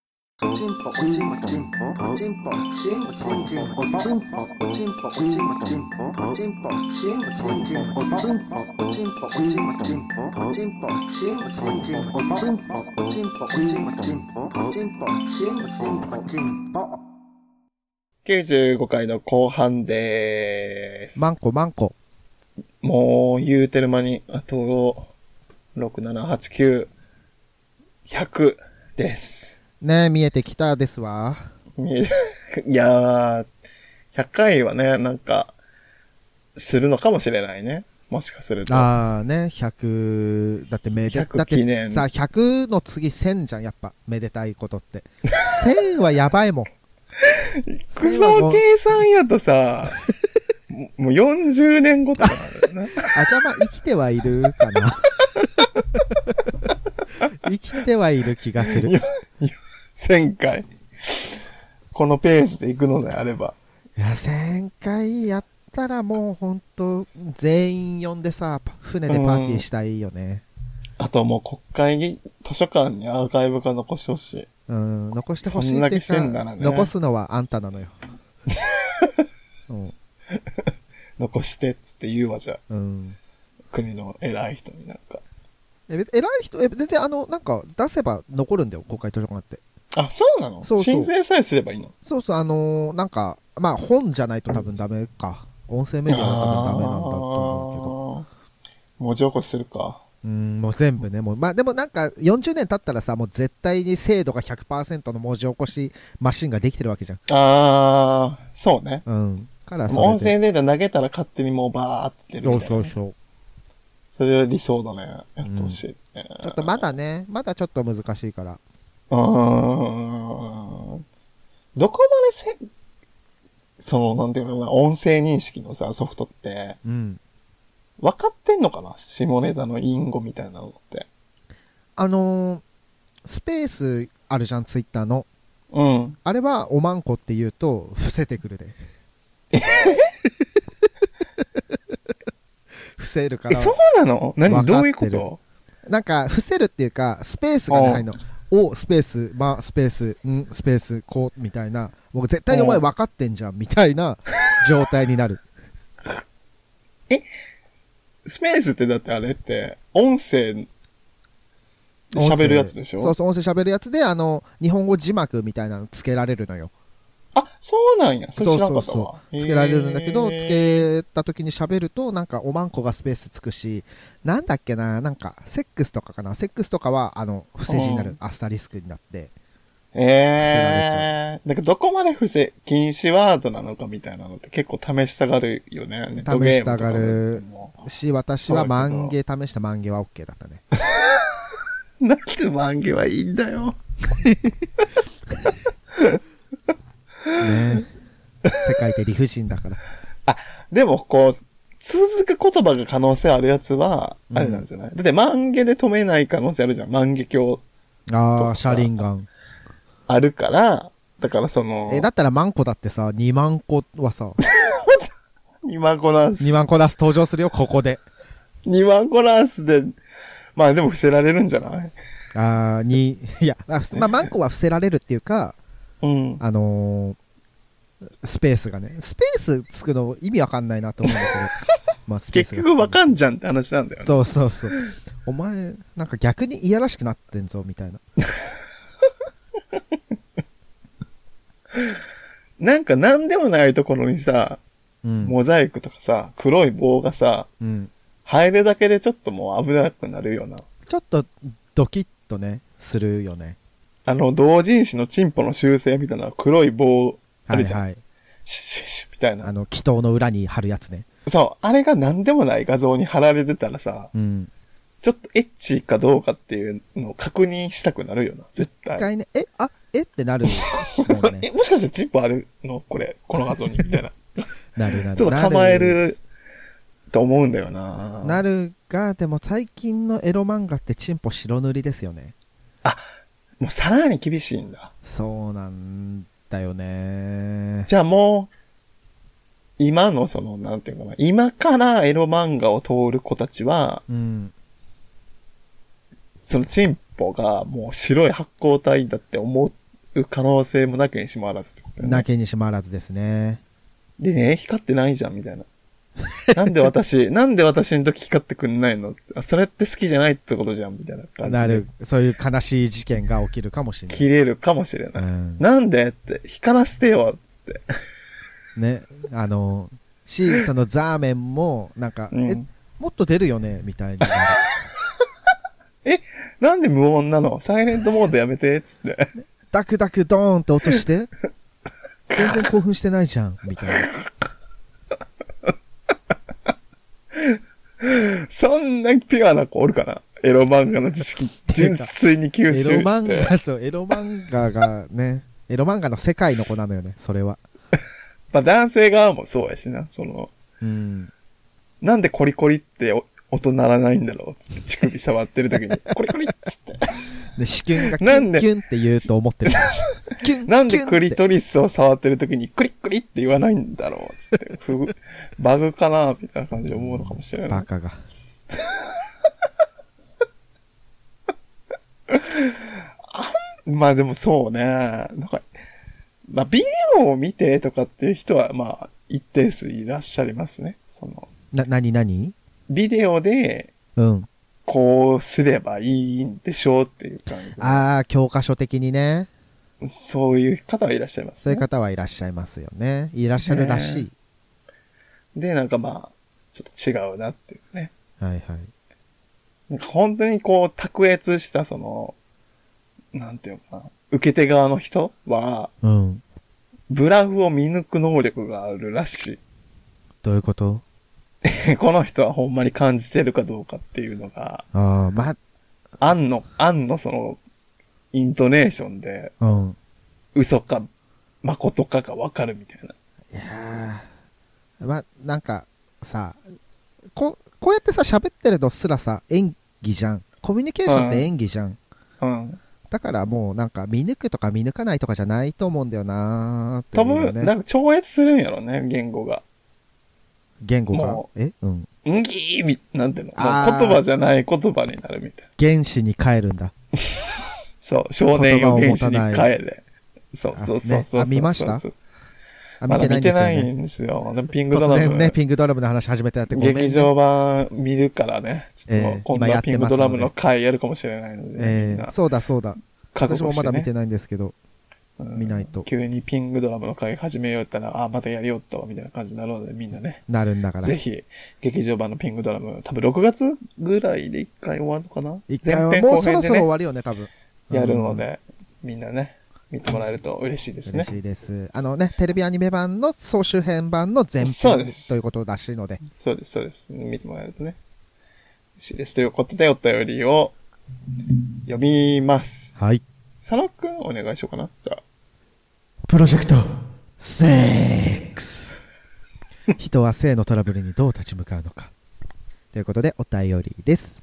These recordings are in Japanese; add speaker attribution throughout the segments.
Speaker 1: チンポおチンポチンポおチンポチンポチンポおチンポおチンポおチンポチンポおチンポチンポチンポおチンポおチンポおチンポチンポおチンポチンポチンポおチンポおチンポチンポチンポおチンポチンポチンポチンポ
Speaker 2: 95回の後半でーす。
Speaker 3: マンコマンコ。
Speaker 2: もう言うてる間に、あと5、6、7、8、9、100です。
Speaker 3: ねえ、見えてきたですわ。
Speaker 2: 見え いやー、100回はね、なんか、するのかもしれないね。もしかすると。
Speaker 3: ああね、100、だってめで、
Speaker 2: 100
Speaker 3: だっ
Speaker 2: 記念
Speaker 3: てさ、100の次1000じゃん、やっぱ、めでたいことって。1000はやばいもん。
Speaker 2: クソの計算やとさ、もうもう40年後とかになるよね。
Speaker 3: あ、じゃあまあ生きてはいるかな。 生きてはいる気がする。い
Speaker 2: 1000回。このペースで行くのであれば。
Speaker 3: や、1000回やったらもうほんと、全員呼んでさ、船でパーティーしたいよね。
Speaker 2: あともう国会に、図書館にアーカイブが残してほしい。
Speaker 3: うん、残してほし
Speaker 2: そん
Speaker 3: いっ
Speaker 2: だ
Speaker 3: て
Speaker 2: けして
Speaker 3: さ、
Speaker 2: んならね
Speaker 3: 残すのはあんたなの よ。うん
Speaker 2: 残してっつって言うわじゃあ
Speaker 3: うん。
Speaker 2: 国の偉い人になんか。
Speaker 3: え、別偉い人、え、全然あの、なんか出せば残るんだよ、国会図書館って。
Speaker 2: あ、そうなの
Speaker 3: そうそう
Speaker 2: 申請さえすればいいの
Speaker 3: そうそう、あのーなんか、まあ本じゃないと多分ダメか。音声メディアだとダメなんだと思う
Speaker 2: あー文字起こしするか。
Speaker 3: けど。うん、もう全部ね、もう、まあでもなんか40年経ったらさ、もう絶対に精度が100%の文字起こしマシンができてるわけじゃん。
Speaker 2: あー、そうね。
Speaker 3: うん。からそ
Speaker 2: もう音
Speaker 3: れ
Speaker 2: 声
Speaker 3: で。
Speaker 2: データ投げたら勝手にもうバーって出る
Speaker 3: そ
Speaker 2: み
Speaker 3: う
Speaker 2: たいな、
Speaker 3: そ
Speaker 2: ね。
Speaker 3: うそう。
Speaker 2: それは理想だね。やってほしい、ね
Speaker 3: ちょっとまだね、まだちょっと難しいから。
Speaker 2: うーん。どこまでせ、その、なんていうのかな、音声認識のさ、ソフトって、
Speaker 3: うん。
Speaker 2: 分かってんのかな下ネタの隠語みたいなのって。
Speaker 3: あのースペースあるじゃん、ツイッターの。
Speaker 2: うん。
Speaker 3: あれはおまんこって言うと伏せてくるで 伏せるか
Speaker 2: え、
Speaker 3: ら
Speaker 2: そうなの何
Speaker 3: 分かってる
Speaker 2: どういうこと
Speaker 3: なんか伏せるっていうかスペースがないのおスペースまスペースんスペースこうみたいな僕絶対にお前
Speaker 2: うん
Speaker 3: 分かってんじゃんみた いな状態になる
Speaker 2: スペースってだってあれって、音声で 喋るやつでしょ
Speaker 3: そうそう音声喋るやつであの日本語字幕みたいなのつけられるのよ
Speaker 2: あ、そうなんや。それ
Speaker 3: そう
Speaker 2: 知らんか
Speaker 3: そう
Speaker 2: った
Speaker 3: そ
Speaker 2: わ。
Speaker 3: うつけられるんだけど、
Speaker 2: へー
Speaker 3: つけた時に喋るとなんかおまんこがスペースつくしなんだっけななんかセックスとかかなセックスとかはあの不正字にな
Speaker 2: う
Speaker 3: る
Speaker 2: ん
Speaker 3: アスタリスクになって
Speaker 2: ええー。だからどこまで不正、禁止ワードなのかみたいなのって結構試したがるよね。ネットゲームとかでも
Speaker 3: し私は
Speaker 2: そうだ
Speaker 3: マ
Speaker 2: けど
Speaker 3: ンゲ試したマンゲは OK だったね
Speaker 2: なんで万華はいいんだよ。
Speaker 3: ね世界で理不尽だから
Speaker 2: でもこう、続く言葉が可能性あるやつは、あれなんじゃない、だって万華で止めない可能性あるじゃん。万華鏡
Speaker 3: あ
Speaker 2: と
Speaker 3: あ
Speaker 2: か
Speaker 3: シ
Speaker 2: さ
Speaker 3: ャリンガン
Speaker 2: あるから、だからその、
Speaker 3: えだったらマンコだってさ2万個はさ
Speaker 2: 今こなんす
Speaker 3: 2万個出す登場するよここで
Speaker 2: 2万コランスで、まあでも伏せられるんじゃない
Speaker 3: ああにいやあまあマンコは伏せられるっていうか
Speaker 2: うん。
Speaker 3: あのースペースがね、スペースつくの意味わかんないなと思うん だけど、まあスペース
Speaker 2: 結
Speaker 3: が
Speaker 2: 局わかんじゃんって話なんだよね。
Speaker 3: そうそうそう。お前、なんか逆にいやらしくなってんぞ、みたいな。
Speaker 2: なんかなんでもないところにさ、
Speaker 3: うん。
Speaker 2: モザイクとかさ、黒い棒がさ、
Speaker 3: うん
Speaker 2: 入るだけでちょっともう危なくなるような。
Speaker 3: ちょっとドキッとね、するよね。
Speaker 2: あの、同人誌のチンポの修正みたいな黒い棒、あ
Speaker 3: は
Speaker 2: る
Speaker 3: い
Speaker 2: じゃん。
Speaker 3: はい。
Speaker 2: シュッシュッシュッみたい
Speaker 3: あ
Speaker 2: な。
Speaker 3: の、祈祷の裏に貼るやつね。
Speaker 2: そう、あれがなんでもない画像に貼られてたらさ、
Speaker 3: うん。
Speaker 2: ちょっとエッチかどうかっていうのを確認したくなるよな、絶
Speaker 3: 一
Speaker 2: 対。
Speaker 3: 回ね、え、あ、えっ てなるのがね。
Speaker 2: え、もしかしてチンポあるのこれ、この画像に、みたいな。
Speaker 3: なるなる。
Speaker 2: ちょっと構えると思うんだよな。
Speaker 3: なるが、でも最近のエロ漫画ってチンポ白塗りですよね。
Speaker 2: もうさらに厳しいんだ。
Speaker 3: そうなんだよね。
Speaker 2: じゃあもう、今のその、なんていうかな、今からエロ漫画を通る子たちは、
Speaker 3: うん。
Speaker 2: そのチンポがもう白い発光体だって思う可能性もなきにしもあらずってことだよね
Speaker 3: なきにしもあらずですね。
Speaker 2: でね、光ってないじゃん、みたいな。なんで 私、なんで私の時光ってくんないのあそれって好きじゃないってことじゃん、みたいな感じで。
Speaker 3: なる、そういう悲しい事件が起きるかもしれ
Speaker 2: 切れるかもしれない。
Speaker 3: ない。うん、
Speaker 2: なんでって、光らせてよって。
Speaker 3: ね、あの、し、そのザーメンも、なんか、
Speaker 2: うん
Speaker 3: え、もっと出るよね、みたいな。
Speaker 2: なんで無音なのサイレントモードやめて、つっ て。
Speaker 3: ダクダクドーンと落として、全然興奮してないじゃん、みたい な。
Speaker 2: そんなピュアな子おるかなエロ漫画の知識、純粋に吸収
Speaker 3: エ
Speaker 2: して。
Speaker 3: ロ漫画、そう、エロ漫画がね、エロ漫画の世界の子なのよね、それは。
Speaker 2: まあ男性側もそうやしな。その、
Speaker 3: うん。
Speaker 2: なんでコリコリってお音鳴らないんだろうつって乳首触ってる時に、コリコリっつって。
Speaker 3: で、子宮がキ
Speaker 2: なん
Speaker 3: ュン
Speaker 2: で
Speaker 3: キュンって言うと思ってる。キュ ン
Speaker 2: なんで
Speaker 3: キュンって
Speaker 2: クリトリスを触ってる時にクリックリって言わないんだろうつって。不具バグかなみたいな感じで思うのかもしれな
Speaker 3: バ
Speaker 2: い。
Speaker 3: カが。
Speaker 2: まあでもそうね。なんか、まあビデオを見てとかっていう人は、まあ一定数いらっしゃいますね。その、
Speaker 3: な、なになに
Speaker 2: ビデオで
Speaker 3: うん。
Speaker 2: こうすればいいんでしょうっていう感じで。
Speaker 3: ああ、教科書的にね、
Speaker 2: そういう方はいらっしゃいます、
Speaker 3: そう
Speaker 2: ね。
Speaker 3: いう方はいらっしゃいますよね。いらっしゃるらしい。
Speaker 2: で、なんかまあ、ちょっと違うなっていうね。
Speaker 3: はいはい。
Speaker 2: なんか本当にこう、卓越したその、なんていうのかな、受け手側の人は、
Speaker 3: うん。
Speaker 2: ブラフを見抜く能力があるらし
Speaker 3: どういうこと
Speaker 2: い。 この人はほんまに感じてるかどうかっていうのが、
Speaker 3: ああ、ま、
Speaker 2: あんの、あんのその、イントネーションで、
Speaker 3: うん。
Speaker 2: 嘘か、誠かがわかるみたいな。
Speaker 3: いやーま、なんかさ、ここうやってさ、喋ってるのすらさ、演技じゃん。コミュニケーションって演技じゃん。
Speaker 2: うん。
Speaker 3: だからもうなんか見抜くとか見抜かないとかじゃないと思うんだよなー
Speaker 2: 多
Speaker 3: っていうよ
Speaker 2: 分、
Speaker 3: ね
Speaker 2: なんか超越するんやろね、言語が。
Speaker 3: 言語が
Speaker 2: も。
Speaker 3: えうん。
Speaker 2: んぎーみ、なんていうのもう
Speaker 3: あー
Speaker 2: 言葉じゃない言葉になるみたいな。
Speaker 3: 原始に帰るんだ。
Speaker 2: そう、少年よ
Speaker 3: 言葉を
Speaker 2: 原
Speaker 3: 持
Speaker 2: 始
Speaker 3: た
Speaker 2: に
Speaker 3: ない
Speaker 2: 帰れ。そうそうそうそうそうそう。
Speaker 3: あねあ見ましたあ、
Speaker 2: ま
Speaker 3: 見
Speaker 2: だ
Speaker 3: てない
Speaker 2: 見
Speaker 3: んで
Speaker 2: て
Speaker 3: す
Speaker 2: な
Speaker 3: よ
Speaker 2: いんですよ。
Speaker 3: ね。
Speaker 2: でもピングド
Speaker 3: 突
Speaker 2: ラ
Speaker 3: 然
Speaker 2: ム、
Speaker 3: ね、ピンクドラムの話始めてやってごめん、ね。
Speaker 2: 劇場版見るからね。ちょっともう
Speaker 3: ええ
Speaker 2: 今
Speaker 3: 今
Speaker 2: 度
Speaker 3: や
Speaker 2: は
Speaker 3: って
Speaker 2: ピングドラム
Speaker 3: ますの
Speaker 2: の回やるかもしれないので、みん
Speaker 3: えー
Speaker 2: な
Speaker 3: そうだそうだ。
Speaker 2: 覚
Speaker 3: 私
Speaker 2: 悟
Speaker 3: も
Speaker 2: し
Speaker 3: ま
Speaker 2: て
Speaker 3: だ見
Speaker 2: ね
Speaker 3: て。ないんですけど、
Speaker 2: うん
Speaker 3: 見ないと
Speaker 2: 急にピングドラムの回始めようったら、あ、またやりよったわ、みたいな感じになるので、みんなね。
Speaker 3: なるんだから。
Speaker 2: ぜひ、劇場版のピングドラム、多分6月ぐらいで一回終わるのかな
Speaker 3: 一回は
Speaker 2: 前編
Speaker 3: も
Speaker 2: 後
Speaker 3: うそ
Speaker 2: 編
Speaker 3: ろ
Speaker 2: で
Speaker 3: そろ終
Speaker 2: ね、
Speaker 3: わるよね、多分。
Speaker 2: やるので、みんなね、見てもらえると嬉しいですね
Speaker 3: 嬉。しいです。あのね、テレビアニメ版の総集編版の前
Speaker 2: そうで
Speaker 3: 編
Speaker 2: す
Speaker 3: ということらしいので、
Speaker 2: そうです、そうです。見てもらえるとね。嬉しいです。ということで、お便りを読みます。
Speaker 3: はい。
Speaker 2: 佐野くん、お願いしようかな。じゃあ。
Speaker 3: プロジェクト、セック ス。人は性のトラブルにどう立ち向かうのか。ということで、お便りです。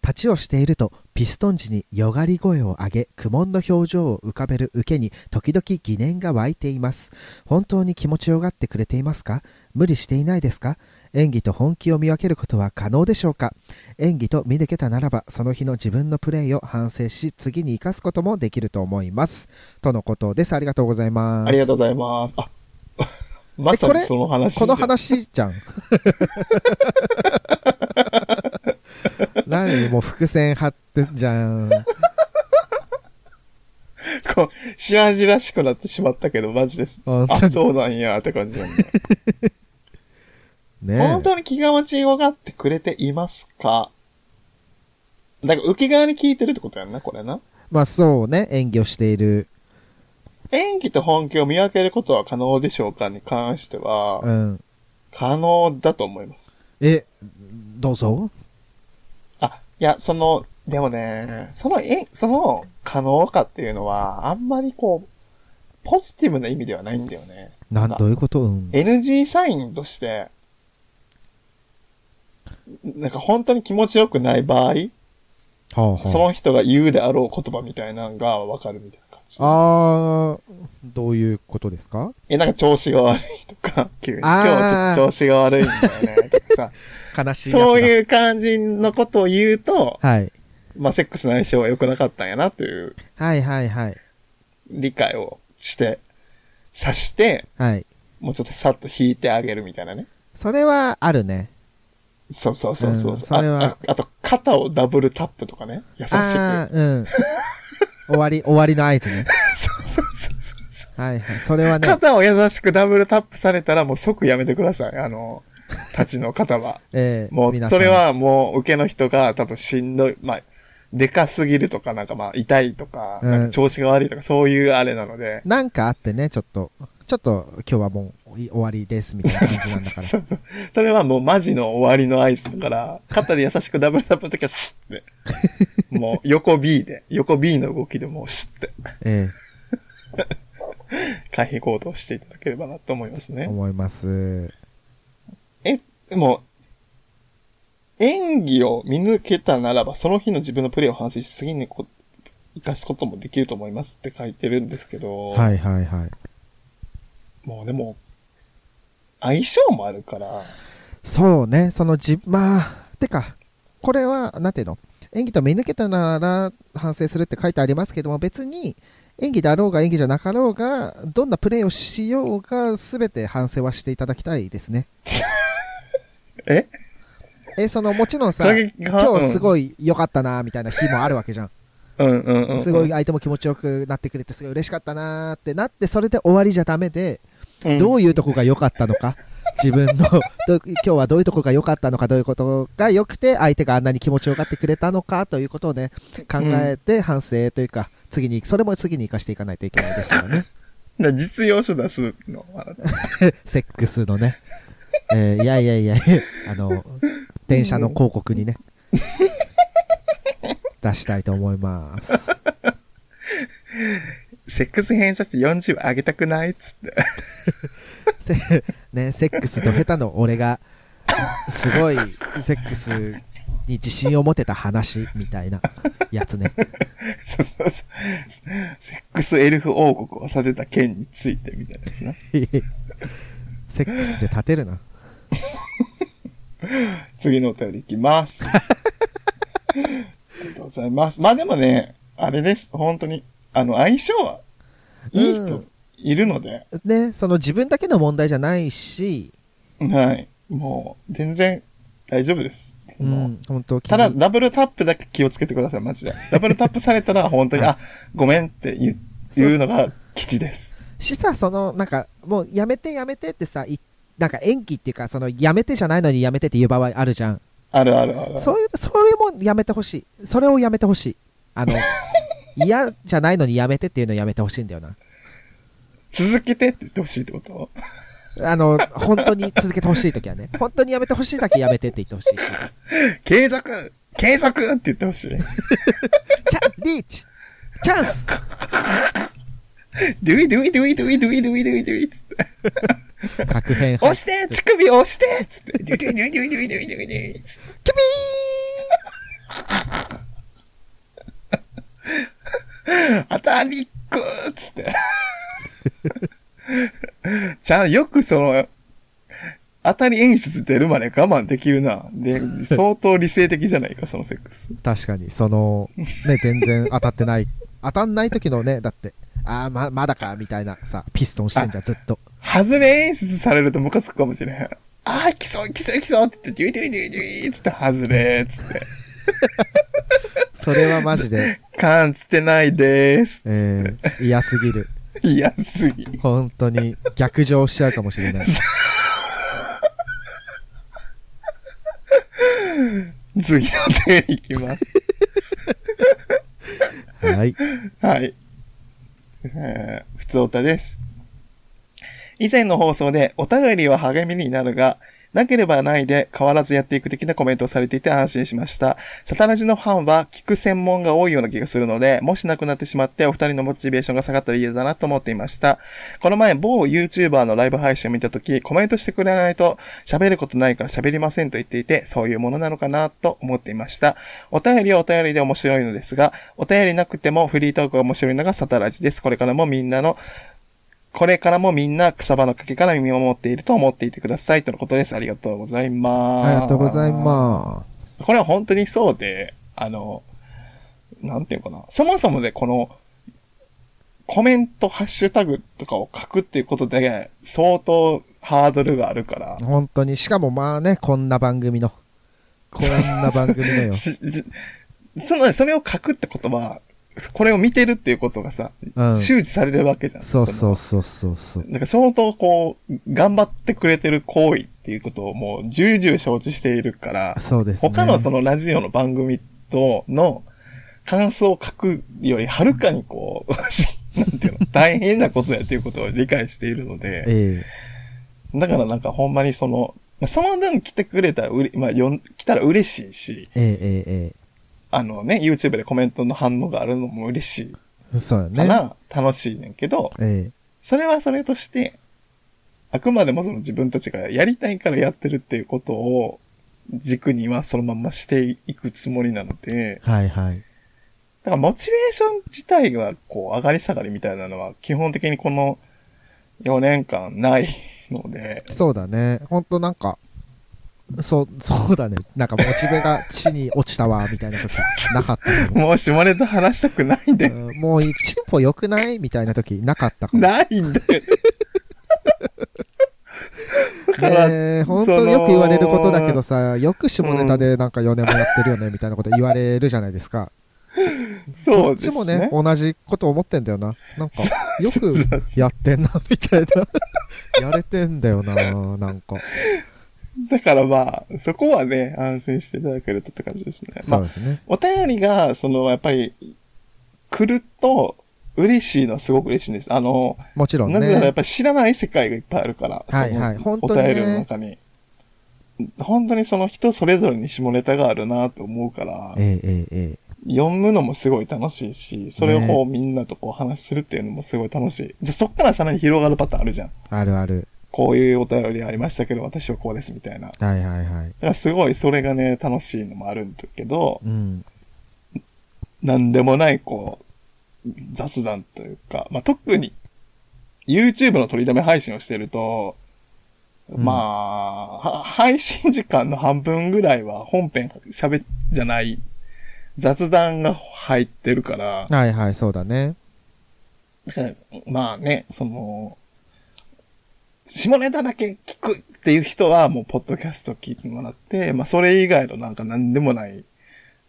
Speaker 3: 立ちをしていると、ピストン時によがり声を上げ、苦悶の表情を浮かべる受けに、時々疑念が湧いています。本当に気持ちよがってくれていますか無理していないですか演技と本気を見分けることは可能でしょうか演技と見抜けたならばその日の自分のプレーを反省し次に生かすこともできると思いますとのことですありがとうございます
Speaker 2: ありがとうございます。あ、 まさ
Speaker 3: こ
Speaker 2: に
Speaker 3: れ
Speaker 2: その話。
Speaker 3: この。話じゃん何もう伏線張ってんじゃん
Speaker 2: こう、しわじらしくなってしまったけど、マジです。
Speaker 3: あちょ
Speaker 2: あ、そうなんや、って感じ なんだ。
Speaker 3: ね
Speaker 2: 本当に気が持ちよがってくれていますかだから、受け側に聞いてるってことやんな、これな。
Speaker 3: まあそうね演技をしている
Speaker 2: 演技と本気を見分けることは可能でしょうかに関しては、
Speaker 3: うん
Speaker 2: 可能だと思います。
Speaker 3: えどうぞ
Speaker 2: あ、いや、その、でもね、その、え、その、可能かっていうのは、あんまりこう、ポジティブな意味ではないんだよね。
Speaker 3: なん
Speaker 2: あ
Speaker 3: どういうことうん
Speaker 2: NG サインとして、なんか本当に気持ちよくない場合、
Speaker 3: はあはあ
Speaker 2: その人が言うであろう言葉みたいなのがわかるみたいな感じ。
Speaker 3: あー、どういうことですか
Speaker 2: え、なんか調子が悪いとか、急に。今日は
Speaker 3: あー
Speaker 2: ちょっと調子が悪いんだよね、とか さ。
Speaker 3: 悲しいやつだ。
Speaker 2: そう
Speaker 3: う。
Speaker 2: いう感じのことを言うと、
Speaker 3: はい。
Speaker 2: まあ、セックスの相性は良くなかったんやな、という
Speaker 3: はいはいはい。
Speaker 2: 理解をして、さして、
Speaker 3: はい。
Speaker 2: もうちょっとさっと引いてあげるみたいなね。
Speaker 3: それはあるね。
Speaker 2: そうそうそうそう。
Speaker 3: うんそれは
Speaker 2: あああと、肩をダブルタップとかね。優しく。
Speaker 3: ああ、うん。終わり、終わりの合図ね。
Speaker 2: そうそうそうそうそう。
Speaker 3: はいはい。それは ね、
Speaker 2: 肩を優しくダブルタップされたらもう即やめてください。あの、たちの肩は。
Speaker 3: えー
Speaker 2: もう、
Speaker 3: 皆
Speaker 2: そ
Speaker 3: さん
Speaker 2: れはもう受けの人が多分しんどい、まあ、でかすぎるとか、なんかまあ痛いとか、
Speaker 3: うん
Speaker 2: なんか調子が悪いとか、そういうあれなので。
Speaker 3: なんかあってね、ちょっと、ちょっと今日はもうい終わりですみたいな感じなんだから。
Speaker 2: そうそう それはもうマジの終わりの合図だから、肩で優しくダブルタップの時はスッて。もう横 B で、横 B の動きでもうスッて
Speaker 3: え
Speaker 2: 回避行動していただければなと思います
Speaker 3: え
Speaker 2: ね。
Speaker 3: 思います。
Speaker 2: え、でも、演技を見抜けたならば、その日の自分のプレイを反省し、次にこ生かすこともできると思いますって書いてるんですけど、
Speaker 3: はいはいはい。
Speaker 2: もうでも、相性もあるから、
Speaker 3: そうね、そのじ、まあ、てか、これは、なんていうの、演技と見抜けたなら反省するって書いてありますけども、別に演技であろうが演技じゃなかろうが、どんなプレーをしようが、すべて反省はしていただきたいですね。
Speaker 2: え
Speaker 3: え、その、もちろんさ、
Speaker 2: 過激派
Speaker 3: 今日す
Speaker 2: い、
Speaker 3: ごい良かったな、みたいな日もあるわけじゃん。
Speaker 2: うんうんうんうん、
Speaker 3: すごい相手も気持ちよくなってくれて、すごい嬉しかったなーってなって、それで終わりじゃダメで、
Speaker 2: うん
Speaker 3: どういうとこが良かったの か、自分のどう今日はどういうとこが良かったのか、どういうことが良くて、相手があんなに気持ちよがってくれたのかということをね、考えて反省というか、次に、それも次に生かしていかないといけないですか らね。
Speaker 2: な実用書出すのあなた
Speaker 3: セックスのね。えーいやいやいや、あの、電車の広告 にね、出したいと思います。
Speaker 2: セックス偏差値40上げたくないっつって。
Speaker 3: せね、セックスと下手の俺が、すごいセックスに自信を持てた話みたいなやつね。
Speaker 2: そうそうそう。セックスエルフ王国を建てた件についてみたいなやつな。
Speaker 3: セックスで立てるな。
Speaker 2: 次のお便りいきます。ありがとうございます。まあでもね、あれです。本当に。あの、相性は、いい人いるので、
Speaker 3: ね、その自分だけの問題じゃないし、
Speaker 2: はい。もう、全然大丈夫です。
Speaker 3: う、
Speaker 2: もうん
Speaker 3: 本当
Speaker 2: ただ、ダブルタップだけ気をつけてください、マジで。ダブルタップされたら、本当に、あ、ごめんって言う言うのが吉です。
Speaker 3: しさ、その、なんか、もうやめてやめてってさ、いなんか延期っていうか、その、やめてじゃないのにやめてっていう場合あるじゃん。
Speaker 2: あるあるあるある。
Speaker 3: そういう、それもやめてほしい。それをやめてほしい。あの、嫌じゃないのにやめてっていうのをやめてほしいんだよな。
Speaker 2: 続けてって言ってほしいってこと
Speaker 3: あの、本当に続けてほしいときはね、本当にやめてほしいだけやめてって言ってほしい。チ
Speaker 2: 継続継続って言ってほしい。
Speaker 3: ャ、リーチチャンス
Speaker 2: ドゥイドゥイドゥイドゥイドゥイドゥイドゥイドゥイつって。
Speaker 3: 確変
Speaker 2: 押して乳首押してつって。ドゥイドゥイドゥイドゥイドゥイドゥイドゥイドゥイつって。
Speaker 3: キュピ
Speaker 2: 当たりっくーつって。ちゃん、よくその、当たり演出出るまで我慢できるな。で、相当理性的じゃないか、そのセックス。
Speaker 3: ー確かに、その、ね、全然当たってない。当たんない時のね、だって、ああ、ま、まだか、みたいなさ、ピストンしてんじゃん、ずっと。
Speaker 2: 外れ演出されるとムカつくかもしれへん。あー、来そう、来そう、来そうって言って、ドゥイドゥイドゥイドゥイつって、外れーつって。
Speaker 3: それはマジで、
Speaker 2: 感じてないでーす。
Speaker 3: えー、嫌すぎる。
Speaker 2: 嫌すぎ。
Speaker 3: 本当に逆上しちゃうかもしれない。
Speaker 2: 次の手に行きます。
Speaker 3: はい。
Speaker 2: はい。えー、普通おたです。以前の放送で、お便りは励みになるが、なければないで変わらずやっていく的なコメントをされていて安心しました。サタラジのファンは聞く専門が多いような気がするので、もしなくなってしまってお二人のモチベーションが下がったら嫌だなと思っていました。この前某 YouTuber のライブ配信を見たとき、コメントしてくれないと喋ることないから喋りませんと言っていて、そういうものなのかなと思っていました。お便りはお便りで面白いのですが、お便りなくてもフリートークが面白いのがサタラジです。これからもみんなのこれからもみんな草場の掛けから見守っていると思っていてください。とのことです。ありがとうございます。。
Speaker 3: ありがとうございます
Speaker 2: これは本当にそうで、あの、なんていうかな。そもそもで、この、コメント、ハッシュタグとかを書くっていうことで、相当ハードルがあるから、
Speaker 3: 本当に、しかもまあね、こんな番組の。こんな番組のよ。
Speaker 2: ししその、それを書くってことは、これを見てるっていうことがさ、
Speaker 3: うん。
Speaker 2: 周知されるわけじゃん。
Speaker 3: そう
Speaker 2: の
Speaker 3: そうそうそうそう。
Speaker 2: なんか相当こう、頑張ってくれてる行為っていうことをもう重々承知しているから、
Speaker 3: そうですね。
Speaker 2: 他のそのラジオの番組との感想を書くよりはるかにこう、 なんていうの、大変なことやっていうことを理解しているので、
Speaker 3: え
Speaker 2: だからなんかほんまにその、その分来てくれたらうれ、まあ、よん来たら嬉しいし、
Speaker 3: ええええ
Speaker 2: あのね、YouTube でコメントの反応があるのも嬉しい
Speaker 3: ええそう
Speaker 2: か
Speaker 3: だね。
Speaker 2: ら、楽しいねんけど、
Speaker 3: え
Speaker 2: それはそれとして、あくまでもその自分たちがやりたいからやってるっていうことを軸にはそのまましていくつもりなので、
Speaker 3: えはいはい。
Speaker 2: だからモチベーション自体がこう上がり下がりみたいなのは基本的にこの4年間ないので、
Speaker 3: そうだね。ほんとなんか、そう、 そうだね。なんかモチベが地に落ちたわ、みたいな時、 なかったもん
Speaker 2: もう下ネタ話したくないんだよ。
Speaker 3: うんもう、チンポ良くないみたいな時、なかったかも。
Speaker 2: ない んだよ。だから、
Speaker 3: えー、本
Speaker 2: そ
Speaker 3: 当
Speaker 2: の
Speaker 3: によく言われることだけどさ、よく下ネタでなんか4年もやってるよね、みたいなこと言われるじゃないですか。
Speaker 2: そう
Speaker 3: こっ
Speaker 2: です
Speaker 3: ち
Speaker 2: ね。
Speaker 3: もね、同じこと思ってんだよな。なんか、よ
Speaker 2: そうそう
Speaker 3: く
Speaker 2: そう
Speaker 3: やってんな、 みたいな。やれてんだよな、なんか。
Speaker 2: だからまあ、そこはね、安心していただけるとって感じですね。ま
Speaker 3: そう
Speaker 2: あ、
Speaker 3: ですね。
Speaker 2: お便りが、その、やっぱり、来ると、嬉しいのはすごく嬉しいんです。あの、
Speaker 3: もちろん
Speaker 2: なぜならやっ
Speaker 3: ね。
Speaker 2: ぱり知らない世界がいっぱいあるから、
Speaker 3: はいはい
Speaker 2: その
Speaker 3: 本当にね
Speaker 2: お便りの中に。本当にその人それぞれに下ネタがあるなと思うから
Speaker 3: え、ええええ
Speaker 2: 読むのもすごい楽しいし、それをこうみんなとこう話するっていうのもすごい楽しい。でそっからさらに広がるパターンあるじゃん。
Speaker 3: あるある。
Speaker 2: こういうお便りありましたけど、私はこうですみたいな。
Speaker 3: はいはいはい。
Speaker 2: だからすごいそれがね、楽しいのもあるんだけど、
Speaker 3: うん。
Speaker 2: なんでもないこう、雑談というか、まあ、特に YouTube の取りだめ配信をしてると、
Speaker 3: ん
Speaker 2: まあ、は配信時間の半分ぐらいは本編喋っじゃない雑談が入ってるから、
Speaker 3: はいはい、そうだね。
Speaker 2: だからまあね、その、下ネタだけ聞くっていう人はもうポッドキャスト聞いてもらって、まあそれ以外のなんか何でもない、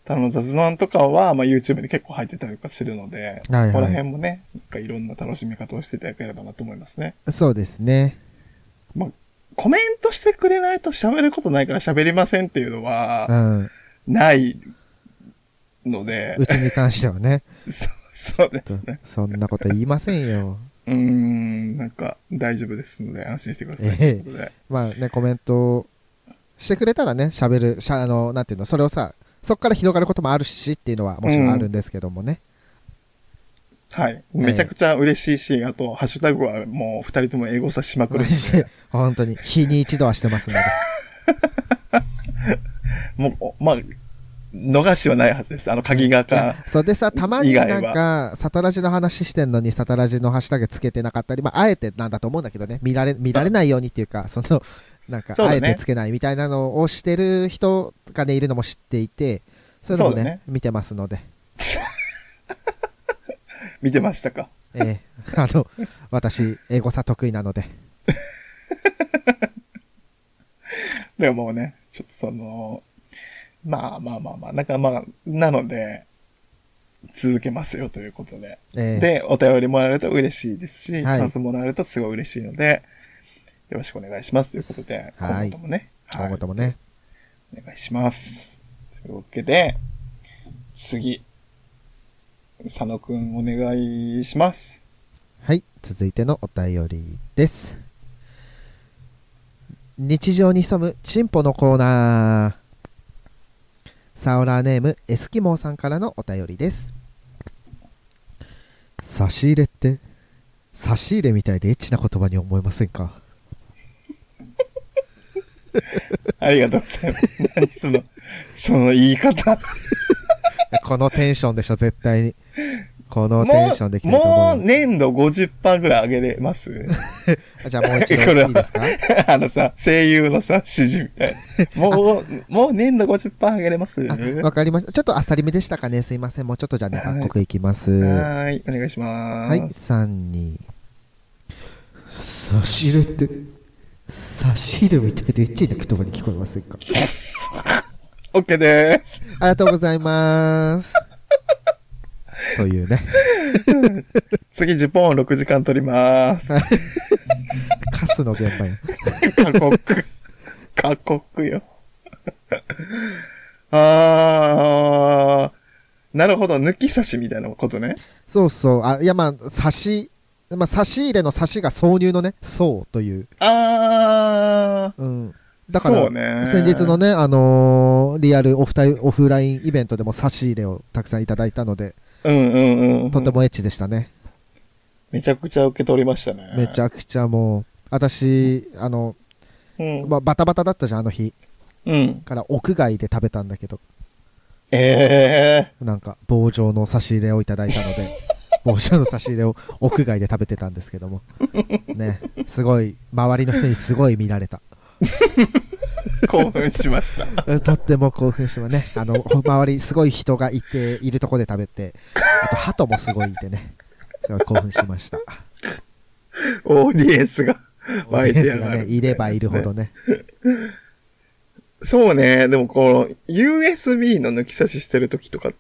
Speaker 2: 他の雑談とかはまあ YouTube で結構入ってたりとかするので、
Speaker 3: はいはい
Speaker 2: ここら辺もね、なんかいろんな楽しみ方をしていただければなと思いますね。
Speaker 3: そうですね。
Speaker 2: まあコメントしてくれないと喋ることないから喋りませんっていうの
Speaker 3: う
Speaker 2: は、
Speaker 3: ん。
Speaker 2: ないので、
Speaker 3: うちに関してはね。
Speaker 2: そうそうですね。
Speaker 3: そんなこと言いませんよ。
Speaker 2: うーん、なんか大丈夫ですので安心してください。
Speaker 3: ええ
Speaker 2: ということで
Speaker 3: まあね、コメントしてくれたらね、喋る、しゃあの、なんていうの、それをさ、そこから広がることもあるしっていうのはもちろんあるんですけどもね。
Speaker 2: はい。めちゃくちゃ嬉しいし、あと、ハッシュタグはもう二人とも英語さしまくるし、
Speaker 3: 本当に、日に一度はしてますので。
Speaker 2: もう、まあ、逃しはないはずです。あの、鍵がか、
Speaker 3: それでさ、たまに
Speaker 2: 以外
Speaker 3: な
Speaker 2: は
Speaker 3: んか、サタラジの話してんのに、サタラジのハッシュタグつけてなかったり、まあ、あえてなんだと思うんだけどね、見られ、見られないようにっていうか、その、なんか、
Speaker 2: そう
Speaker 3: あ
Speaker 2: だ
Speaker 3: え
Speaker 2: ね
Speaker 3: てつけないみたいなのをしてる人がね、いるのも知っていて、そういうのも
Speaker 2: そう
Speaker 3: ね、
Speaker 2: だね
Speaker 3: 見てますので、
Speaker 2: 見てましたか
Speaker 3: えーあの、私、英語さ得意なので、
Speaker 2: だからもうね、ちょっとその、まあまあまあまあ、なんかまあ、なので、続けますよということで。
Speaker 3: えー
Speaker 2: で、お便りもらえると嬉しいですし、
Speaker 3: はい
Speaker 2: 感想もらえるとすごい嬉しいので、よろしくお願いしますということで、
Speaker 3: は
Speaker 2: 今
Speaker 3: い
Speaker 2: 後ともね、
Speaker 3: 今後ともね、
Speaker 2: お願いします。というわけで、次。佐野くんお願いします。
Speaker 3: はい、続いてのお便りです。日常に潜むチンポのコーナー。サオラーネームエスキモーさんからのお便りです。差し入れって、差し入れみたいでエッチな言葉に思えませんか
Speaker 2: ありがとうございます。 何その、その言い方。
Speaker 3: このテンションでしょ、絶対に。この
Speaker 2: も
Speaker 3: テンションでき
Speaker 2: う、
Speaker 3: てると
Speaker 2: も
Speaker 3: 思
Speaker 2: う
Speaker 3: うよ。
Speaker 2: 年度50%ぐらい上げれます。
Speaker 3: あじゃあもう一
Speaker 2: これ
Speaker 3: 度
Speaker 2: はい
Speaker 3: いですか
Speaker 2: あのさ、声優のさ、指示みたいな。もう、もう年度50%上げれます。は
Speaker 3: あわかりました。ちょっとあっさりめでしたかね。すいません。もうちょっとじゃあね、
Speaker 2: はい
Speaker 3: 各国いきます。
Speaker 2: ーい、お願いしま
Speaker 3: はい、
Speaker 2: ーす。
Speaker 3: 3、2。差し入れって、差し入れみたいでエッチな言葉に聞こえませんか
Speaker 2: オッケーでーす。
Speaker 3: ありがとうございます。 というね。
Speaker 2: 次、ジュポーン6時間取りまーす。
Speaker 3: カスの現場や。
Speaker 2: 過酷。過酷よ。 あー、なるほど、抜き差しみたいなことね。
Speaker 3: そうそう。あ、いや、まあ、差し、まあ、差し入れの差しが挿入のね、そうという。
Speaker 2: あー、
Speaker 3: うん。だから、
Speaker 2: そうね
Speaker 3: 先日のね、あのーリアルオフタイオフラインイベントでも差し入れをたくさんいただいたので、
Speaker 2: うんうんうんうん。
Speaker 3: とてもエッチでしたね。
Speaker 2: めちゃくちゃ受け取りましたね。
Speaker 3: めち
Speaker 2: ゃ。
Speaker 3: ゃくちゃもう、私、あの、
Speaker 2: うん。
Speaker 3: まあ、バタバタだったじゃん、あの日。
Speaker 2: うん。
Speaker 3: から屋外で食べたんだけど、
Speaker 2: え
Speaker 3: なんか棒状の差し入れをいただいたので、棒状の差し入れを屋外で食べてたんですけども、ね、すごい、周りの人にすごい見られた。
Speaker 2: ー、 興奮しました。
Speaker 3: とっても興奮してまね、あの、ほ周りすごい人がいて、いるとこで食べて、あと鳩もすごいいてね、すごい興奮しました。
Speaker 2: オーディエンスが湧いて
Speaker 3: オーディエ
Speaker 2: や
Speaker 3: ンス
Speaker 2: が
Speaker 3: が
Speaker 2: る、
Speaker 3: ね、いればいるほど。ね。
Speaker 2: そうね。でもこの USB の抜き差ししてる時とか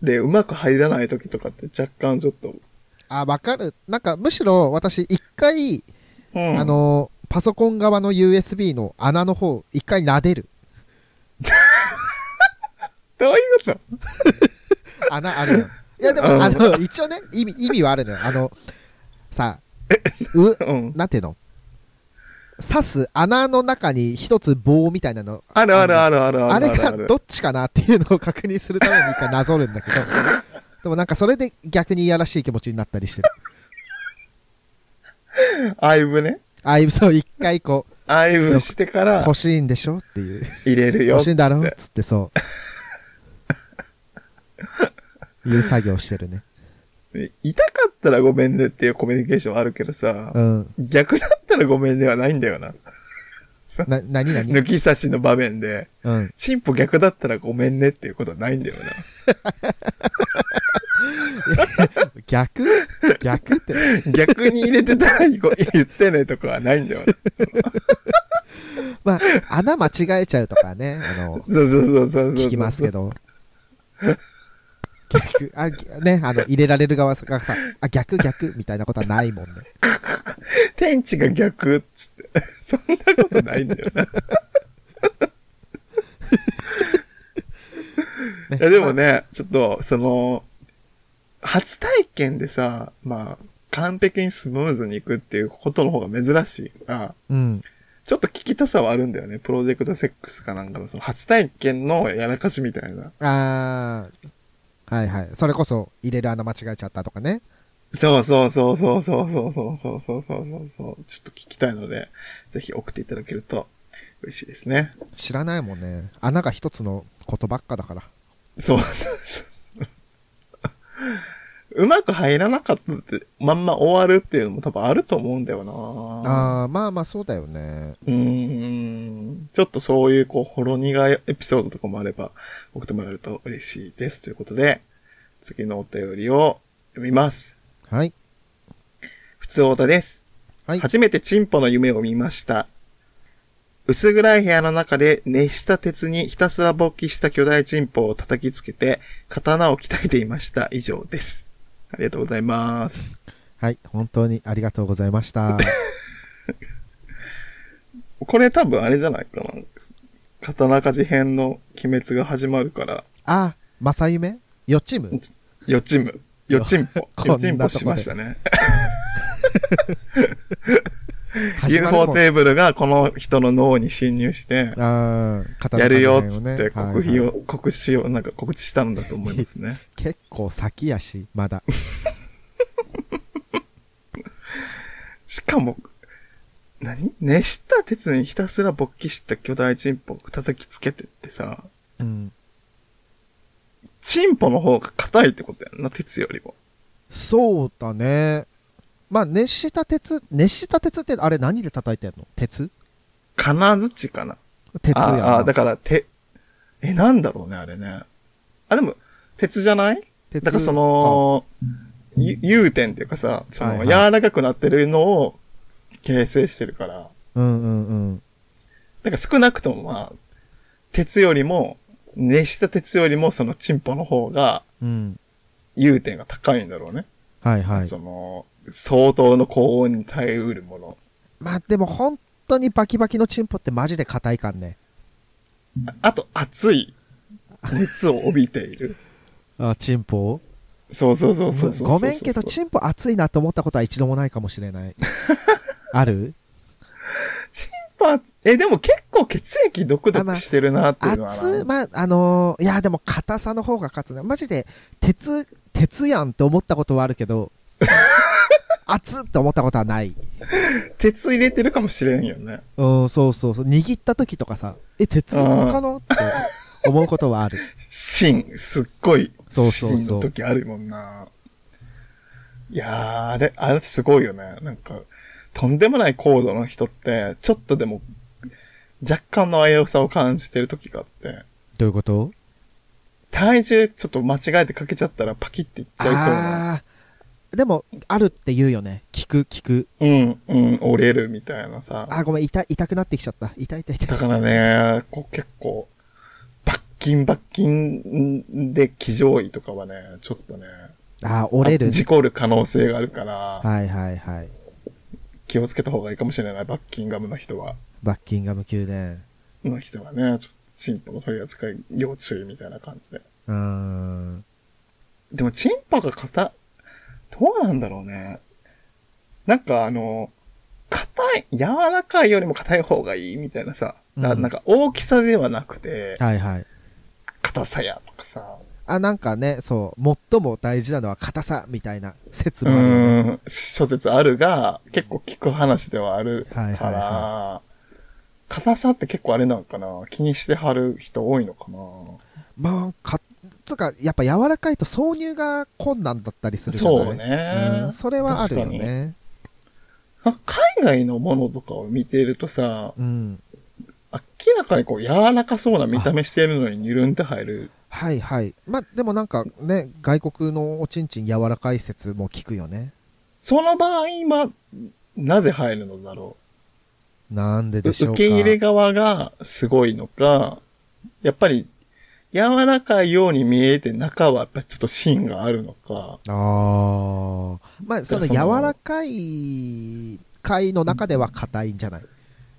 Speaker 2: でうまく入らない時とかって若干ちょっと。
Speaker 3: あ、わかる。なんか、むしろ私、一回、
Speaker 2: うん
Speaker 3: あ、の、パソコン側の USB の穴の方、一回撫でる。
Speaker 2: どういうこと
Speaker 3: 穴 あるよ。いや、でも、
Speaker 2: うん
Speaker 3: あの、一応ね、意味、意味はあるのよ。あの、さ、う、
Speaker 2: うん。
Speaker 3: なんていうの刺す穴の中に一つ棒みたいなの。
Speaker 2: あるあるあるあるある
Speaker 3: あ
Speaker 2: ある
Speaker 3: れがどっちかなっていうのを確認するために一回なぞるんだけど。でもなんかそれで逆にいやらしい気持ちになったりしてる。
Speaker 2: アイブね。
Speaker 3: ああいう、そう、一回こう、
Speaker 2: アイブしてから
Speaker 3: 欲しいんでしょっていう。
Speaker 2: 入れるよ
Speaker 3: 欲
Speaker 2: っ
Speaker 3: し
Speaker 2: つ
Speaker 3: い
Speaker 2: っ。
Speaker 3: んだろってつって そう。いう作業してるね。
Speaker 2: 痛かったらごめんねっていうコミュニケーションあるけどさ、
Speaker 3: うん。
Speaker 2: 逆だったらごめんねはないんだよな。
Speaker 3: な、なになに
Speaker 2: 抜き差しの場面で、
Speaker 3: うん。
Speaker 2: チンポ逆だったらごめんねっていうことはないんだよな。
Speaker 3: 逆逆って。
Speaker 2: 逆に入れてたらご言ってねとかはないんだよな。
Speaker 3: まあ、穴間違えちゃうとかね、あの、
Speaker 2: そうそうそうそうそうそう。
Speaker 3: 聞きますけ。 ど。逆、あ、ぎね、あの、入れられる側がさ、あ、逆逆みたいなことはないもんね。
Speaker 2: 天地が逆っつって。 そんなことないんだよな。いやでもね、ちょっと、その、初体験でさ、まあ、完璧にスムーズにいくっていうことの方が珍しいから、
Speaker 3: うん。
Speaker 2: ちょっと聞きたさはあるんだよね。プロジェクトセックスかなんかの、その初体験のやらかしみたいな。
Speaker 3: あー、はいはい。それこそ、入れる穴間違えちゃったとかね。
Speaker 2: そうそうそうそうそうそうそうそうそうそうそうそう。ちょっと聞きたいので、ぜひ送っていただけると嬉しいですね。
Speaker 3: 知らないもんね。穴が一つのことばっかだから。
Speaker 2: そうそうそうそう。 うまく入らなかったって、まんま終わるっていうのも多分あると思うんだよな
Speaker 3: あー、まあまあそうだよね。
Speaker 2: うーん。ちょっとそういう、こう、ほろ苦いエピソードとかもあれば、送ってもらえると嬉しいです。ということで、次のお便りを読みます。
Speaker 3: はい。
Speaker 2: 普通太田です。
Speaker 3: はい。
Speaker 2: 初めてチンポの夢を見ました。薄暗い部屋の中で熱した鉄にひたすら勃起した巨大チンポを叩きつけて、刀を鍛えていました。以上です。ありがとうございます。
Speaker 3: はい。本当にありがとうござい ました。
Speaker 2: これ多分あれじゃないかな。刀鍛冶編の鬼滅が始まるから、
Speaker 3: あ、正夢よチーム
Speaker 2: よちむ。よちんぽ。
Speaker 3: こ
Speaker 2: よ
Speaker 3: んなとこで
Speaker 2: ちんぽしましたね。
Speaker 3: 始まるも
Speaker 2: UFO
Speaker 3: ん
Speaker 2: テーブルがこの人の脳に侵入して、
Speaker 3: あー
Speaker 2: やるよっつって
Speaker 3: 片
Speaker 2: 告
Speaker 3: 手
Speaker 2: 知
Speaker 3: の辺をねはい
Speaker 2: を、
Speaker 3: はい
Speaker 2: 告知を、なんか告知したんだと思いますね。
Speaker 3: 結構先やし、まだ。
Speaker 2: しかも、何熱した鉄にひたすら勃起した巨大チンポを叩きつけてってさ、
Speaker 3: うん。
Speaker 2: チンポの方が硬いってことやんな、鉄よりも。
Speaker 3: そうだね。まあ、熱した鉄、熱した鉄ってあれ何で叩いてんの鉄
Speaker 2: 金槌かな。
Speaker 3: 鉄や
Speaker 2: あ
Speaker 3: な
Speaker 2: あ、だから、て、え、なんだろうね、あれね。あ、でも、鉄じゃない
Speaker 3: 鉄
Speaker 2: だからその、ゆ融点っていうかさ、そ
Speaker 3: はい
Speaker 2: の、
Speaker 3: はい
Speaker 2: 柔らかくなってるのを形成してるから。
Speaker 3: うんうんうん。
Speaker 2: だから少なくともまあ、鉄よりも、熱した鉄よりもそのチンポの方が、
Speaker 3: うん。
Speaker 2: 融点が高いんだろうね。
Speaker 3: はいはい。
Speaker 2: その、相当の高温に耐えうるもの。
Speaker 3: まあ、でも本当にバキバキのチンポってマジで硬いかんね。
Speaker 2: ああと、熱い。熱を帯びている。
Speaker 3: あ、チンポ
Speaker 2: そうそうそうそうそうそうそう。
Speaker 3: ごめんけど、チンポ熱いなと思ったことは一度もないかもし れない。ある
Speaker 2: まあ、え、でも結構血液毒
Speaker 3: あまあ
Speaker 2: 々してるなっていうのはな、
Speaker 3: 熱、まあ、あのーいや、でも硬さの方が勝つね。マジで、鉄、鉄やんって思ったことはある けど、熱って思ったことはない。
Speaker 2: 鉄入れてるかもしれんよね。
Speaker 3: うん、そうそうそう。握った時とかさ、え、鉄
Speaker 2: あー
Speaker 3: 他のって思うことは ある。
Speaker 2: 芯、すっごい、
Speaker 3: そうそうそう
Speaker 2: 芯の時あるもんな。いやー、あれ、あれすごいよね。なんか、とんでもない高度の人って、ちょっとでも、若干の危うさを感じてる時があって、
Speaker 3: どういうこと
Speaker 2: 体重ちょっと間違えてかけちゃったらパキっていっちゃいそうな。
Speaker 3: あーでも、あるって言うよね。聞く、聞く。
Speaker 2: うん、うん、折れるみたいなさ。
Speaker 3: あー、ごめん、痛い、痛くなってきちゃった。痛い痛い痛
Speaker 2: だ
Speaker 3: い。
Speaker 2: からね、こう結構、バッキンバッキンで騎乗位とかはね、ちょっとね、
Speaker 3: あー、折れる。
Speaker 2: 事故る可能性があるから、
Speaker 3: はいはいはい。
Speaker 2: 気をつけた方がいいかもしれない、バッキンガムの人は。
Speaker 3: バッキンガム宮殿。
Speaker 2: の人はね、ちょっと、チンポの取り扱い要注意みたいな感じで。
Speaker 3: うーん。
Speaker 2: でも、チンポが硬、どうなんだろうね。なんかあの、硬い、柔らかいよりも硬い方がいいみたいなさ、だ
Speaker 3: うん
Speaker 2: なんか大きさではなくて、
Speaker 3: はいはい。
Speaker 2: 硬さやとかさ、
Speaker 3: あ、なんかね、そう、最も大事なのは硬さみたいな説
Speaker 2: う
Speaker 3: もあるよね。
Speaker 2: ーん、諸説あるが、結構聞く話ではあるから、
Speaker 3: はいはいは
Speaker 2: 硬さって結構あれなのかな気にしてはる人多いのかな
Speaker 3: まあ、か、つうか、やっぱ柔らかいと挿入が困難だったりするじゃない
Speaker 2: そう
Speaker 3: う
Speaker 2: ね
Speaker 3: ん、。それはあるよ
Speaker 2: 確か
Speaker 3: ね。
Speaker 2: なんか海外のものとかを見ているとさ、
Speaker 3: うん。
Speaker 2: 明らかにこう柔らかそうな見た目してるのにニュルンって入る。
Speaker 3: はいはい。まあ、でもなんかね、外国のおちんちん柔らかい説も聞くよね。
Speaker 2: その場合は、なぜ入るのだろ
Speaker 3: なんで
Speaker 2: う。
Speaker 3: でしょう
Speaker 2: 受
Speaker 3: か。
Speaker 2: け入れ側がすごいのか、やっぱり柔らかいように見えて中はやっぱりちょっと芯があるのか。
Speaker 3: ああ。まあ、その
Speaker 2: そ
Speaker 3: 柔
Speaker 2: の
Speaker 3: らかい回の中では硬いんじゃない、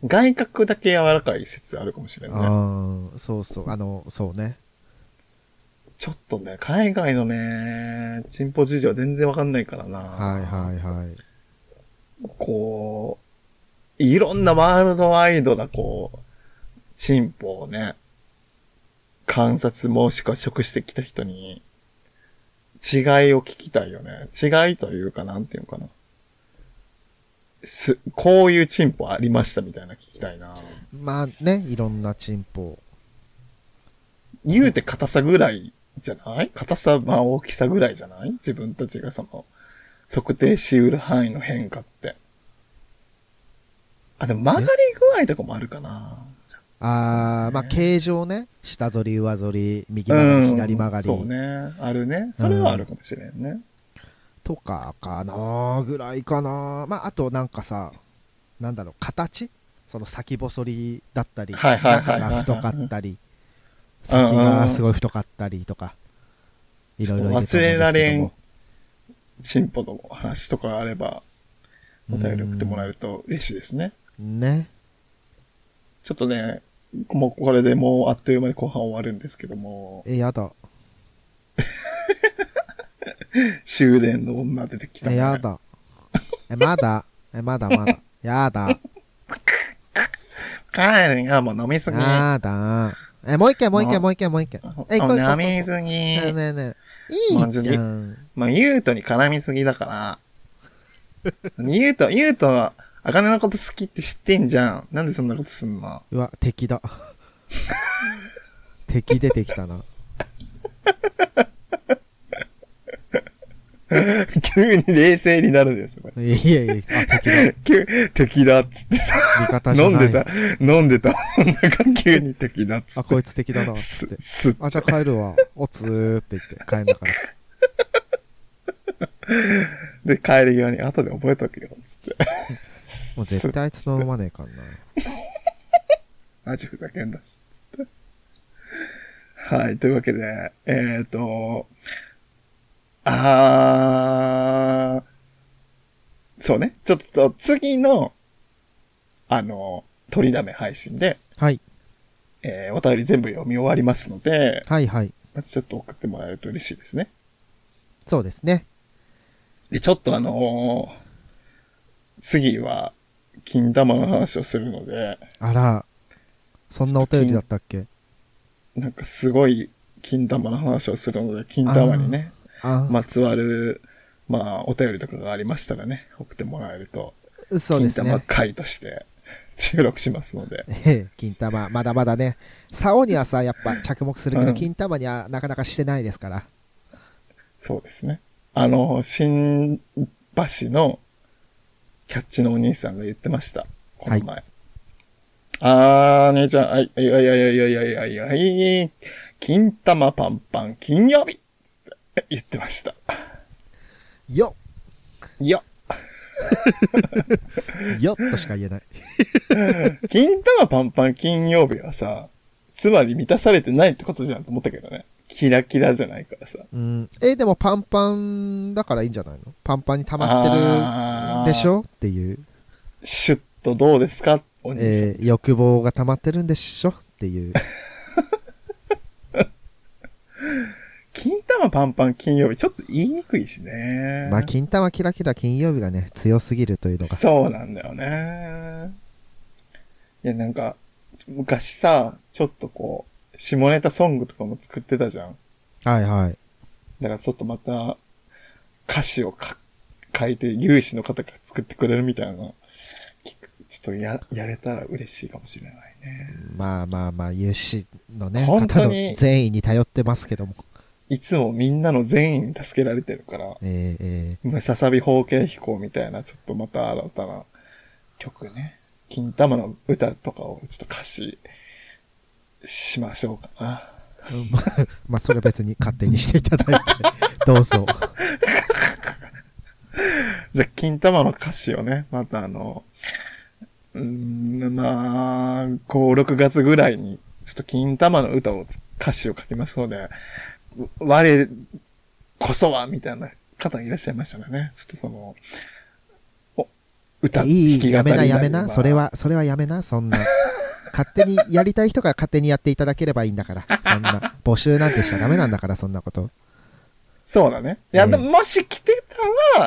Speaker 2: 外角だけ柔らかい説あるかもしれんね。
Speaker 3: ああ、そうそう。あの、そうね。
Speaker 2: ちょっとね、海外のね、チンポ事情全然わかんないからな。
Speaker 3: はいはいはい。
Speaker 2: こう、いろんなワールドワイドな、こう、チンポをね、観察もしくは食してきた人に、違いを聞きたいよね。違いというか、なんていうのかな。す、こういうチンポありましたみたいな聞きたいな。
Speaker 3: まあね、いろんなチンポ。
Speaker 2: 言うて硬さぐらいじゃない硬さ、まあ大きさぐらいじゃない自分たちがその、測定しうる範囲の変化って。あ、でも曲がり具合とかもあるかな。
Speaker 3: ああ、まあ形状ね。下反り、上反り、右曲が
Speaker 2: う
Speaker 3: り、
Speaker 2: ん。
Speaker 3: 左曲がり。
Speaker 2: そうね。あるね。それはあるかもしれんね。
Speaker 3: とかかなぐらいかなまああとなんかさなんだろう形その先細りだったり
Speaker 2: はいはいはいはい
Speaker 3: 中が太かったり
Speaker 2: うんうん
Speaker 3: 先がすごい太かったりとかいろいろいると思うんですけども
Speaker 2: 忘れられんチンポの話とかあれば、お便り送ってもらえると嬉しいですね。
Speaker 3: ね
Speaker 2: ちょっとね、もうこれでもうあっという間に後半終わるんですけども、
Speaker 3: えやだ
Speaker 2: 終電の女出てきた、
Speaker 3: え
Speaker 2: ね。
Speaker 3: やだえまだ えまだ まだやだ
Speaker 2: 帰るよ、もう飲みすぎ。
Speaker 3: やだえもう一回もう一回もう一回もう一回えこれ
Speaker 2: 飲みすぎ
Speaker 3: ね。えねえねえ
Speaker 2: ま
Speaker 3: い
Speaker 2: あ
Speaker 3: い
Speaker 2: ちょっ
Speaker 3: じ
Speaker 2: と
Speaker 3: ゃん
Speaker 2: まあ、ゆうとに絡みすぎだから。ゆうと、ゆうとは、あかねのこと好きって知ってんじゃん。なんでそんなことすんの
Speaker 3: うわ敵だ 敵出てきたな
Speaker 2: 急に冷静になるんですよ、これ
Speaker 3: いやいやいや、あ、敵だ。
Speaker 2: 急敵だっつってさ、
Speaker 3: 味方じゃない。
Speaker 2: 飲んでた、飲んでた 女が急に敵だっつ
Speaker 3: あ、
Speaker 2: っ
Speaker 3: こ
Speaker 2: て
Speaker 3: い。つ敵だな、つ
Speaker 2: す
Speaker 3: って、。
Speaker 2: す、
Speaker 3: あ、じゃあ帰るわ。おつーって言って、帰んだから。
Speaker 2: で、帰り際に後で覚えとけよ、つって。
Speaker 3: もう絶対あいつ飲まねえからな。
Speaker 2: マジふざけんだし、つって。はい、というわけで、えっ、ー、と、あー、そうね、ちょっと次の、あの、取りだめ配信で、
Speaker 3: はい。
Speaker 2: えー、お便り全部読み終わりますので、
Speaker 3: はいはい。
Speaker 2: まずちょっと送ってもらえると嬉しいですね。
Speaker 3: そうですね。
Speaker 2: で、ちょっとあのー次は、金玉の話をするので、
Speaker 3: あら、そんなお便りだったっけ
Speaker 2: なんかすごい金玉の話をするので、金玉にね、
Speaker 3: あ、
Speaker 2: まつわる、まあ、お便りとかがありましたらね、送ってもらえると、
Speaker 3: そうで
Speaker 2: 金
Speaker 3: す
Speaker 2: 玉
Speaker 3: ね。
Speaker 2: 回として収録しますので、
Speaker 3: ええ 金玉、まだまだね。竿にはさ、やっぱ着目するけ
Speaker 2: う
Speaker 3: ど、
Speaker 2: ん
Speaker 3: 金玉にはなかなかしてないですから。
Speaker 2: そうですね。あの、新橋のキャッチのお兄さんが言ってました。この前。あー、姉ちゃん、あい、いやいやいやいやいやいやいやいや金玉パンパン金曜日つって言ってました。
Speaker 3: よ
Speaker 2: いや、
Speaker 3: っよっとしか言えない。
Speaker 2: 金玉パンパン金曜日はさ、つまり満たされてないってことじゃんと思ったけどね。キラキラじゃないからさ。
Speaker 3: うん。え、でもパンパンだからいいんじゃないのパンパンに溜ま
Speaker 2: あー
Speaker 3: ってるでしょっていう。
Speaker 2: シュッとどうですかお兄さん。
Speaker 3: えー欲望が溜まってるんでしょっていう。
Speaker 2: 金玉パンパン金曜日、ちょっと言いにくいしね。
Speaker 3: まあ、金玉キラキラ金曜日がね、強すぎるというのが。
Speaker 2: そうなんだよね。いや、なんか、昔さ、ちょっとこう、下ネタソングとかも作ってたじゃん。
Speaker 3: はいはい。
Speaker 2: だからちょっとまた、歌詞をか書いて、有志の方が作ってくれるみたいなの聞くちょっとや、やれたら嬉しいかもしれないね。
Speaker 3: まあまあまあ、有志のね、
Speaker 2: 本当
Speaker 3: 方の
Speaker 2: に
Speaker 3: 善意に頼ってますけども。
Speaker 2: いつもみんなの善意に助けられてるから、
Speaker 3: えーえ
Speaker 2: ムササビ方形飛行みたいな、ちょっとまた新たな曲ね。金玉の歌とかをちょっと歌詞しましょうかな。
Speaker 3: ーうんまあ、まあそれは別に勝手にしていただいて、どうぞ。
Speaker 2: じゃあ、金玉の歌詞をね、またあの、うーん、まあ、5、6月ぐらいに、ちょっと金玉の歌をつ、歌詞を書きますので、う我こそは、みたいな方がいらっしゃいましたらね。ちょっとその、お、歌、弾
Speaker 3: いい、
Speaker 2: き語
Speaker 3: や
Speaker 2: り
Speaker 3: めな
Speaker 2: り
Speaker 3: やめな、
Speaker 2: まあ
Speaker 3: それは、それはやめな、そ んな。勝手に、やりたい人が勝手にやっていただければいいんだから。そんな、募集なんてしちゃダメなんだから、そんなこと。
Speaker 2: そうだね。いや、
Speaker 3: うん
Speaker 2: でももし来てた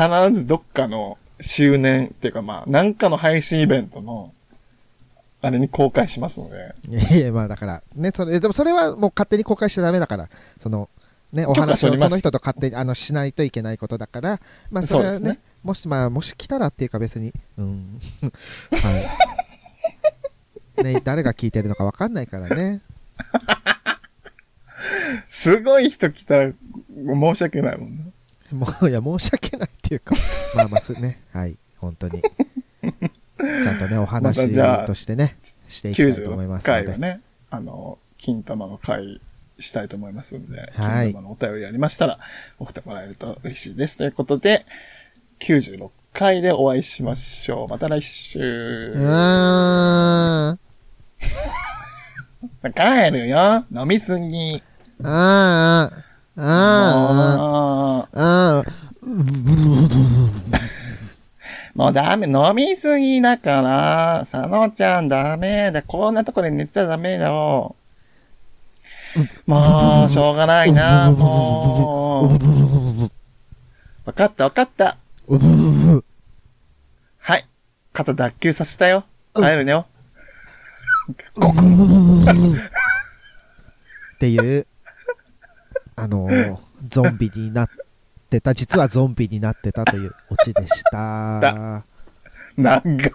Speaker 2: ら、必ずどっかの周年っていうかまあ、なんかの配信イベントの、あれに公開しますので、
Speaker 3: ええ、まあだから、ね、それ、でもそれはもう勝手に公開しちゃダメだから、その、ね、お
Speaker 2: 許可し
Speaker 3: 話
Speaker 2: てお
Speaker 3: を
Speaker 2: り
Speaker 3: そ
Speaker 2: ます
Speaker 3: の人と勝手に、あの、しないといけないことだから、まあそれはね、
Speaker 2: そうですね
Speaker 3: もし、まあ、もし来たらっていうか別に、うん、 はい。ね、誰が聞いてるのかわかんないからね。
Speaker 2: すごい人来たら申し訳ないもんね。
Speaker 3: もう、いや、申し訳ないっていうか、まあまあすね、はい、本当に。ちゃんとね、お
Speaker 2: ま
Speaker 3: 話
Speaker 2: たじゃあ
Speaker 3: としてね、していきたいと思いま
Speaker 2: 96
Speaker 3: すので。
Speaker 2: 回はね、あの、金玉の回したいと思いますんで、
Speaker 3: は
Speaker 2: 金
Speaker 3: い
Speaker 2: 玉のお便りありましたら、送ってもらえると嬉しいです。ということで、96回でお会いしましょう。また来週。
Speaker 3: うーん、
Speaker 2: 帰るよ。飲みすぎ。
Speaker 3: あーあ
Speaker 2: も
Speaker 3: ー、あー、あー、
Speaker 2: う、もうダメ、飲みすぎだから、佐野ちゃんダメだ。こんなとこで寝ちゃダメだよ。もう、しょうがないな、もう。わかった、わかった。
Speaker 3: うぶぶぶ
Speaker 2: はい。肩脱臼させたよ。帰るねよ。
Speaker 3: っていう、あのーゾンビになってた、実はゾンビになってたというオチでした。
Speaker 2: なんか。